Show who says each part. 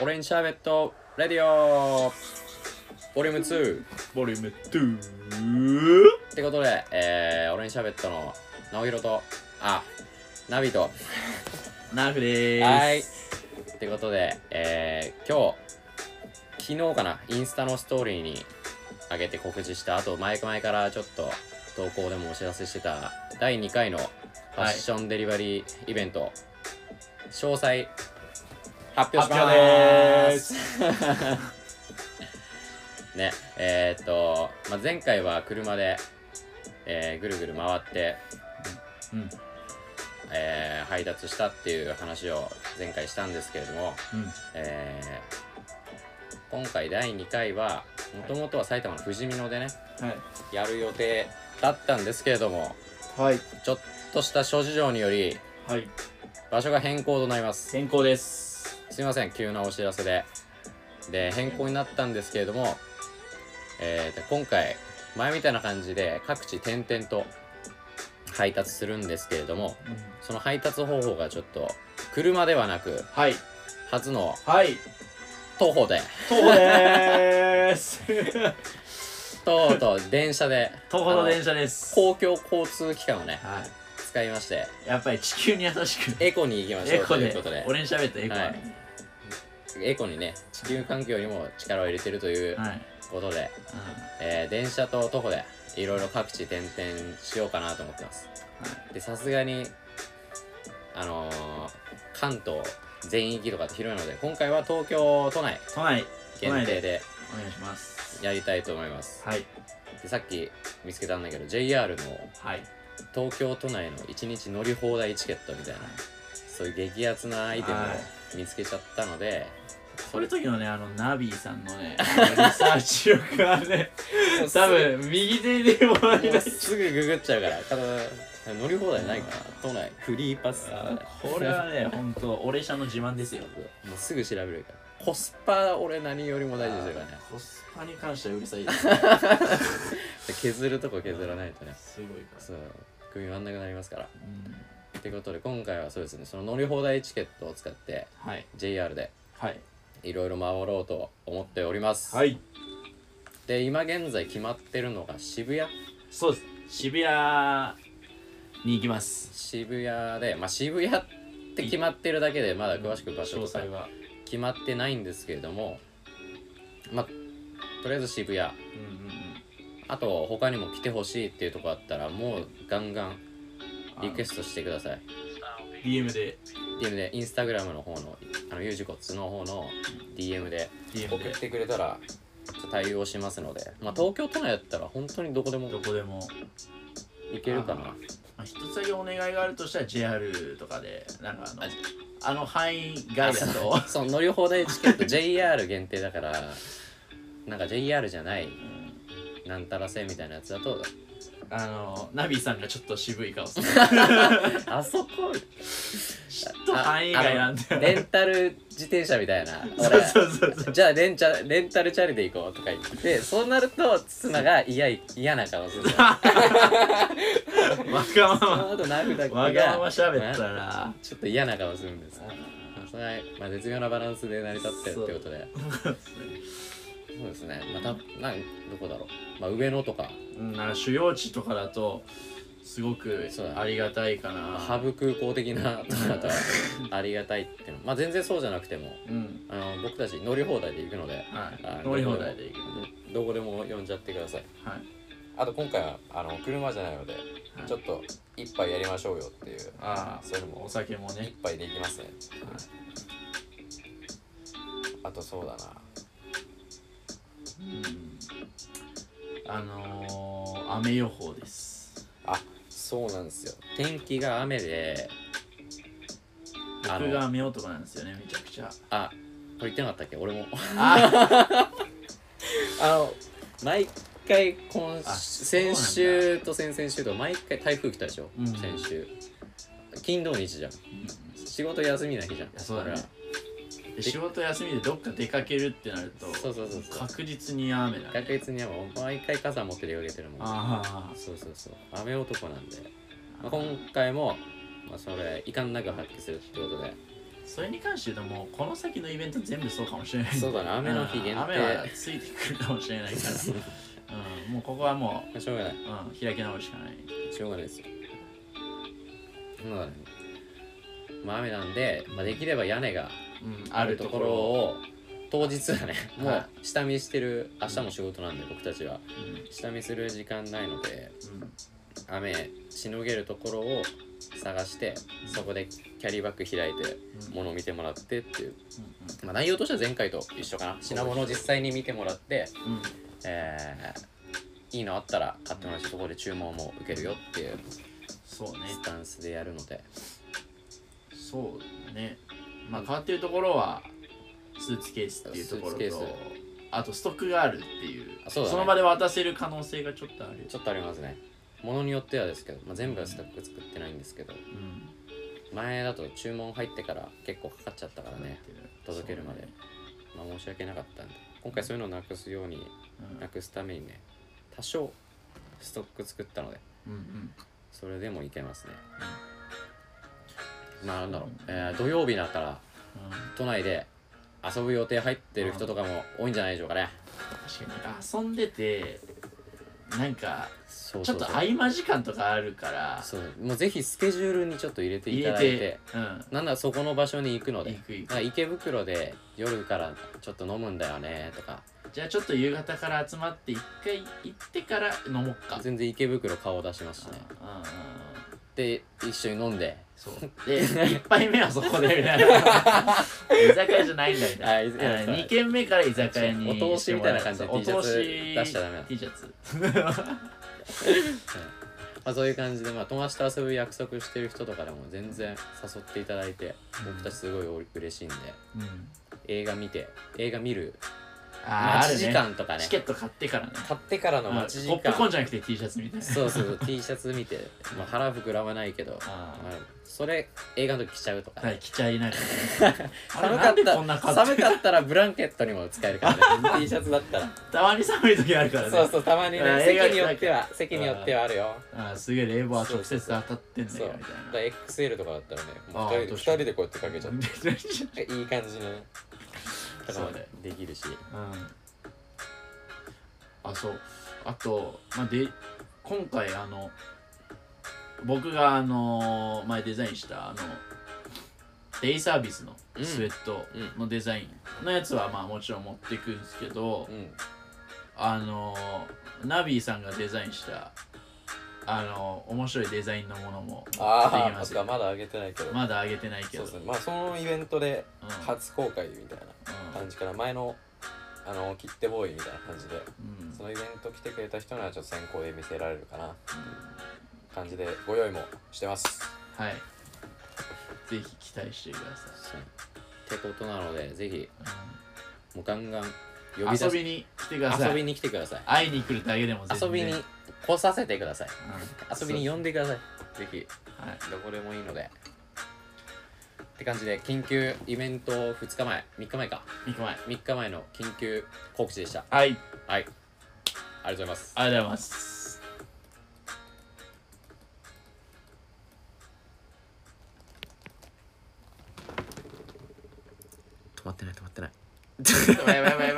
Speaker 1: オレンジシャーベットレディオボリューム2
Speaker 2: ボリューム2
Speaker 1: ってことで、えー、オレンジシャーベットの直弘とあナビと
Speaker 2: ナーフで
Speaker 1: はい
Speaker 2: ーす
Speaker 1: ってことで、えー、今日昨日かなインスタのストーリーに上げて告知したあと前々からちょっと投稿でもお知らせしてた第2回のファッションデリバリーイベント、詳細発表し
Speaker 2: 発表
Speaker 1: ま
Speaker 2: です
Speaker 1: ねえー、っと、まあ、前回は車で、えーぐるぐる回って
Speaker 2: うん
Speaker 1: えー配達したっていう話を前回したんですけれども、
Speaker 2: うん
Speaker 1: えー今回第2回はもともとは埼玉のふじみ野でね
Speaker 2: はい
Speaker 1: やる予定だったんですけれども
Speaker 2: はい
Speaker 1: ちょっとした諸事情により
Speaker 2: はい
Speaker 1: 場所が変更となります
Speaker 2: 先行です
Speaker 1: すいません急なお知らせでで変更になったんですけれども、えーで今回前みたいな感じで各地転々と配達するんですけれどもその配達方法がちょっと車ではなく
Speaker 2: はい
Speaker 1: 初の
Speaker 2: はい
Speaker 1: 徒歩で
Speaker 2: 徒歩でーす
Speaker 1: とうとう電車で
Speaker 2: 徒歩の電
Speaker 1: 車
Speaker 2: 車です
Speaker 1: 公共交通機関をね
Speaker 2: はい
Speaker 1: 使いまして
Speaker 2: やっぱり地球に優し く
Speaker 1: エコに行きまし
Speaker 2: エ
Speaker 1: ょう
Speaker 2: コ
Speaker 1: とい
Speaker 2: で
Speaker 1: うことで
Speaker 2: 俺に喋ったエコ
Speaker 1: はいエコにね地球環境にも力を入れてるという
Speaker 2: はい
Speaker 1: ことで、えー電車と徒歩でいろいろ各地転々しようかなと思ってますでさすがにあのー関東全域とかって広いので今回は東京都内
Speaker 2: 都内都
Speaker 1: 限
Speaker 2: 内
Speaker 1: 定
Speaker 2: で
Speaker 1: で
Speaker 2: お願いします
Speaker 1: やりたいと思います
Speaker 2: はい
Speaker 1: でさっき見つけたんだけど JR の
Speaker 2: はい
Speaker 1: 東京都内の1日乗り放題チケットみたいなそういう激アツなアイテムを
Speaker 2: はい
Speaker 1: 見つけちゃったので、
Speaker 2: これ時のねあのナビーさんの ねリサーチ力はね多分右手でもらえ
Speaker 1: も
Speaker 2: な
Speaker 1: う
Speaker 2: い
Speaker 1: すぐググっちゃうからただ乗り放題ないかな都内フリーパス
Speaker 2: これはね本当俺社の自慢ですよ
Speaker 1: もうすぐ調べるからコスパ俺何よりも大事ですよね
Speaker 2: コスパに関してはうるさいです
Speaker 1: で削るとこ削らないとね
Speaker 2: すごいか
Speaker 1: そう組み割んなくなりますから
Speaker 2: ら、うん、
Speaker 1: ってことで今回はそうですねその乗り放題チケットを使って
Speaker 2: はい
Speaker 1: JR で
Speaker 2: はい
Speaker 1: いろいろ回ろうと思っております、
Speaker 2: はい
Speaker 1: で今現在決まってるのが渋谷
Speaker 2: そうです渋谷に行きます
Speaker 1: 渋谷で、まあ、渋谷って決まってるだけでまだ詳しく場所
Speaker 2: 詳
Speaker 1: とか
Speaker 2: 細は
Speaker 1: 決まってないんですけれどもまあとりあえず渋谷
Speaker 2: うんうんうん
Speaker 1: あと他にも来てほしいっていうとこあったらもうガンガン
Speaker 2: あの
Speaker 1: リクエストしてください
Speaker 2: DM で
Speaker 1: DM でインスタグラムの方のあのユージコツの方の DM で
Speaker 2: DM
Speaker 1: 送
Speaker 2: で
Speaker 1: ってくれたらちょっと対応しますので、まあ、東京都内だったら本当にどこでも
Speaker 2: ど
Speaker 1: 行
Speaker 2: こでも、
Speaker 1: けるかな
Speaker 2: まあ、一つだけお願いがあるとしたら JR とかでなんかあの
Speaker 1: あ
Speaker 2: あの範囲外だと
Speaker 1: あそう乗り放題チケッ ト JR 限定だからなんか JR じゃないなんたら線みたいなやつだと
Speaker 2: あのナビさんがちょっと渋い顔する
Speaker 1: あそこ
Speaker 2: ちょっと範囲外なんだ
Speaker 1: あの
Speaker 2: よ
Speaker 1: レンタル自転車みたいな
Speaker 2: そうそうそうそう
Speaker 1: 俺じゃあレンチャレンタルチャリで行こうとか言ってそうなると妻が嫌い嫌な顔する
Speaker 2: わが
Speaker 1: そ
Speaker 2: ま
Speaker 1: の後ナフだけ
Speaker 2: まわがまま
Speaker 1: が
Speaker 2: 喋ったら
Speaker 1: ちょっと嫌な顔するんですそれは、まあ、絶妙なバランスで成り立ってるってことでそうですねまたなんどこだろう、まあ、上野とか
Speaker 2: うんなんか主要地とかだとすごく
Speaker 1: そうだね
Speaker 2: ありがたいかな
Speaker 1: ハブ空港的なとこだとありがたいっていうのまあ全然そうじゃなくても
Speaker 2: うん
Speaker 1: あの僕たち乗り放題で行くので
Speaker 2: は
Speaker 1: あ
Speaker 2: い乗り放題で行く
Speaker 1: どこでも呼んじゃってください
Speaker 2: はい
Speaker 1: あと今回はあの車じゃないので、
Speaker 2: はい
Speaker 1: ちょっと一杯やりましょうよっていう
Speaker 2: ああ
Speaker 1: それも
Speaker 2: お酒も
Speaker 1: 一
Speaker 2: ね
Speaker 1: 杯でいきますね
Speaker 2: はい
Speaker 1: あとそうだな
Speaker 2: うんあのー雨予報です
Speaker 1: あそうなんですよ天気が雨であ
Speaker 2: 僕が
Speaker 1: の
Speaker 2: 雨男なんですよねめちゃくちゃ
Speaker 1: あこれ言ってなかったっけ俺も
Speaker 2: あ
Speaker 1: あの毎回今
Speaker 2: あそうな
Speaker 1: 先
Speaker 2: んだ
Speaker 1: 週と先々週と毎回台風来たでしょ、
Speaker 2: うん
Speaker 1: 先週金土日じゃん仕事休みな日じゃん
Speaker 2: そうだ
Speaker 1: 俺
Speaker 2: ね
Speaker 1: ら
Speaker 2: で仕事休みでどっか出かけるってなると
Speaker 1: そうそうそうそう
Speaker 2: 確実に雨だね
Speaker 1: 確実にはもう毎回傘持って出かけてるもん
Speaker 2: あ
Speaker 1: そうそうそう雨男なんで、まあ、
Speaker 2: あ
Speaker 1: 今回も、まあ、それ遺憾なく発揮するってことで
Speaker 2: それに関して言うともうこの先のイベント全部そうかもしれない
Speaker 1: そうだな雨の日限
Speaker 2: う
Speaker 1: 定
Speaker 2: ん雨はついてくるかもしれないから、うん、もうここはも、
Speaker 1: しょうがないう
Speaker 2: うん、開き直るしかない
Speaker 1: しょうがないですよまあ、まあ、雨なんで、まあ、できれば屋根が
Speaker 2: うん、
Speaker 1: あるところを当日はねも
Speaker 2: は
Speaker 1: う下見してる明日も仕事なんで僕たちは
Speaker 2: うんうん
Speaker 1: 下見する時間ないので雨しのげるところを探してそこでキャリーバッグ開いて
Speaker 2: うん
Speaker 1: 物を見てもらってっていう、
Speaker 2: う
Speaker 1: まあ、内容としては前回と一緒かな品物を実際に見てもらって、
Speaker 2: んうん
Speaker 1: えーいいのあったら買ってもらってそこで注文も受けるよっていう
Speaker 2: そうね
Speaker 1: スタンスでやるので
Speaker 2: そうねまあ変わってるところはスーツケースっていうところ
Speaker 1: スーツケース
Speaker 2: とあとストックがあるっていう
Speaker 1: あそうだね
Speaker 2: の場で渡せる可能性がちょっとある
Speaker 1: ちょっとありますね物によってはですけど、まあ、全部はスタック作ってないんですけど
Speaker 2: うん
Speaker 1: 前だと注文入ってから結構かかっちゃったからね、届けるまで
Speaker 2: そうね
Speaker 1: まあ、申し訳なかったんで今回そういうのをなくすようになくすためにね多少ストック作ったので
Speaker 2: うんうん
Speaker 1: それでもいけますね、まあなんだろう、えー土曜日だから
Speaker 2: うんうん
Speaker 1: 都内で遊ぶ予定入ってる人とかも多いんじゃないでしょうかね
Speaker 2: 確かに遊んでてなんか
Speaker 1: そう
Speaker 2: ち
Speaker 1: そ
Speaker 2: ょっ
Speaker 1: う
Speaker 2: と
Speaker 1: そう
Speaker 2: 合間時間とかあるから
Speaker 1: そうもうぜひスケジュールにちょっと入れてい
Speaker 2: 入
Speaker 1: た
Speaker 2: れ
Speaker 1: だいて
Speaker 2: てうん
Speaker 1: なんならそこの場所に行くので
Speaker 2: 行く行
Speaker 1: まあ池袋で夜からちょっと飲むんだよねとか
Speaker 2: くじゃあちょっと夕方から集まって一回行ってから飲もうか
Speaker 1: 全然池袋顔出しますしね
Speaker 2: うんうんうん
Speaker 1: で一緒に飲んで
Speaker 2: そうで1杯目はそこでみた いな居酒屋じゃないんだみた
Speaker 1: あ
Speaker 2: い
Speaker 1: 居
Speaker 2: な
Speaker 1: 酒屋
Speaker 2: 2軒目から居酒屋に
Speaker 1: お通しみたいな感じで
Speaker 2: そう
Speaker 1: T シャツ
Speaker 2: お通
Speaker 1: 出しちゃダメなの
Speaker 2: T シャツ
Speaker 1: まあ、そういう感じで、まあ、友達と遊ぶ約束してる人とかでも全然誘っていただいて僕たちすごいお嬉しいんで
Speaker 2: うん
Speaker 1: 映画見て映画見る
Speaker 2: あーあ
Speaker 1: 待
Speaker 2: る
Speaker 1: ち時
Speaker 2: ね
Speaker 1: 間とかね
Speaker 2: チケット買ってからね
Speaker 1: 買ってからの
Speaker 2: うんポ
Speaker 1: 待ち時
Speaker 2: ップコーン
Speaker 1: 間
Speaker 2: じゃなくて T シャツみたいな
Speaker 1: そうそうそう T シャツ見て、まあ、腹膨らまないけど
Speaker 2: あー
Speaker 1: まあそれ映画の時着ちゃうとか
Speaker 2: は
Speaker 1: ね、
Speaker 2: い、着ちゃ いながら、ね、
Speaker 1: 寒
Speaker 2: あれな
Speaker 1: か
Speaker 2: んで
Speaker 1: っ
Speaker 2: こんな
Speaker 1: た
Speaker 2: 感
Speaker 1: 寒
Speaker 2: じ
Speaker 1: かったらブランケットにも使えるから ね T シャツだったら
Speaker 2: たまに寒い時あるからね
Speaker 1: そうそうたまに
Speaker 2: あ
Speaker 1: ね
Speaker 2: 映画
Speaker 1: 席によっては席によってはあるよ
Speaker 2: あーすげえ冷房は直接当たってんだ
Speaker 1: そ
Speaker 2: よ
Speaker 1: う
Speaker 2: みたい
Speaker 1: だから XL とかだったらねもう
Speaker 2: あー
Speaker 1: 二人で二
Speaker 2: ど
Speaker 1: 人でこう
Speaker 2: うしよう
Speaker 1: やってかけちゃって
Speaker 2: な
Speaker 1: いい感じのとか
Speaker 2: そ
Speaker 1: も
Speaker 2: うだよ
Speaker 1: できるし
Speaker 2: うんあそうあと、まあ、で今回あの僕があの前デザインしたあのデイサービスのスウェットのデザインのやつはまあもちろん持っていくんですけど、
Speaker 1: うん
Speaker 2: あのーナビーさんがデザインしたあのー面白いデザインのものも持ってき
Speaker 1: ああ
Speaker 2: ま
Speaker 1: そ
Speaker 2: す
Speaker 1: っか
Speaker 2: よ
Speaker 1: まだ上げてないけど
Speaker 2: まだ上げてない
Speaker 1: そ
Speaker 2: けど
Speaker 1: うですねまあそのイベントで
Speaker 2: うん
Speaker 1: 初公開みたいな感じから前のあの切手ボーイみたいな感じで
Speaker 2: うんうん
Speaker 1: そのイベント来てくれた人にはちょっと先行で見せられるかな感じでご用意もしてます
Speaker 2: はいぜひ期待してくだ
Speaker 1: ってことなのでぜひ
Speaker 2: さ
Speaker 1: もうガンガン
Speaker 2: い、
Speaker 1: 呼
Speaker 2: うん
Speaker 1: び出
Speaker 2: 遊
Speaker 1: し
Speaker 2: びに来てください
Speaker 1: 遊びに来てください
Speaker 2: 会いに来るだけでも全
Speaker 1: 遊
Speaker 2: 然
Speaker 1: びに
Speaker 2: うん
Speaker 1: 来させてください遊びに呼んでくださいぜひ
Speaker 2: はい
Speaker 1: どこでもいいのでって感じで緊急イベント2日前3日前か
Speaker 2: 三日前
Speaker 1: 3日前の緊急告知でした
Speaker 2: はい
Speaker 1: はいありがとうございます
Speaker 2: ありがとうございます
Speaker 1: 止まってない止まってない
Speaker 2: やばいやばいやばい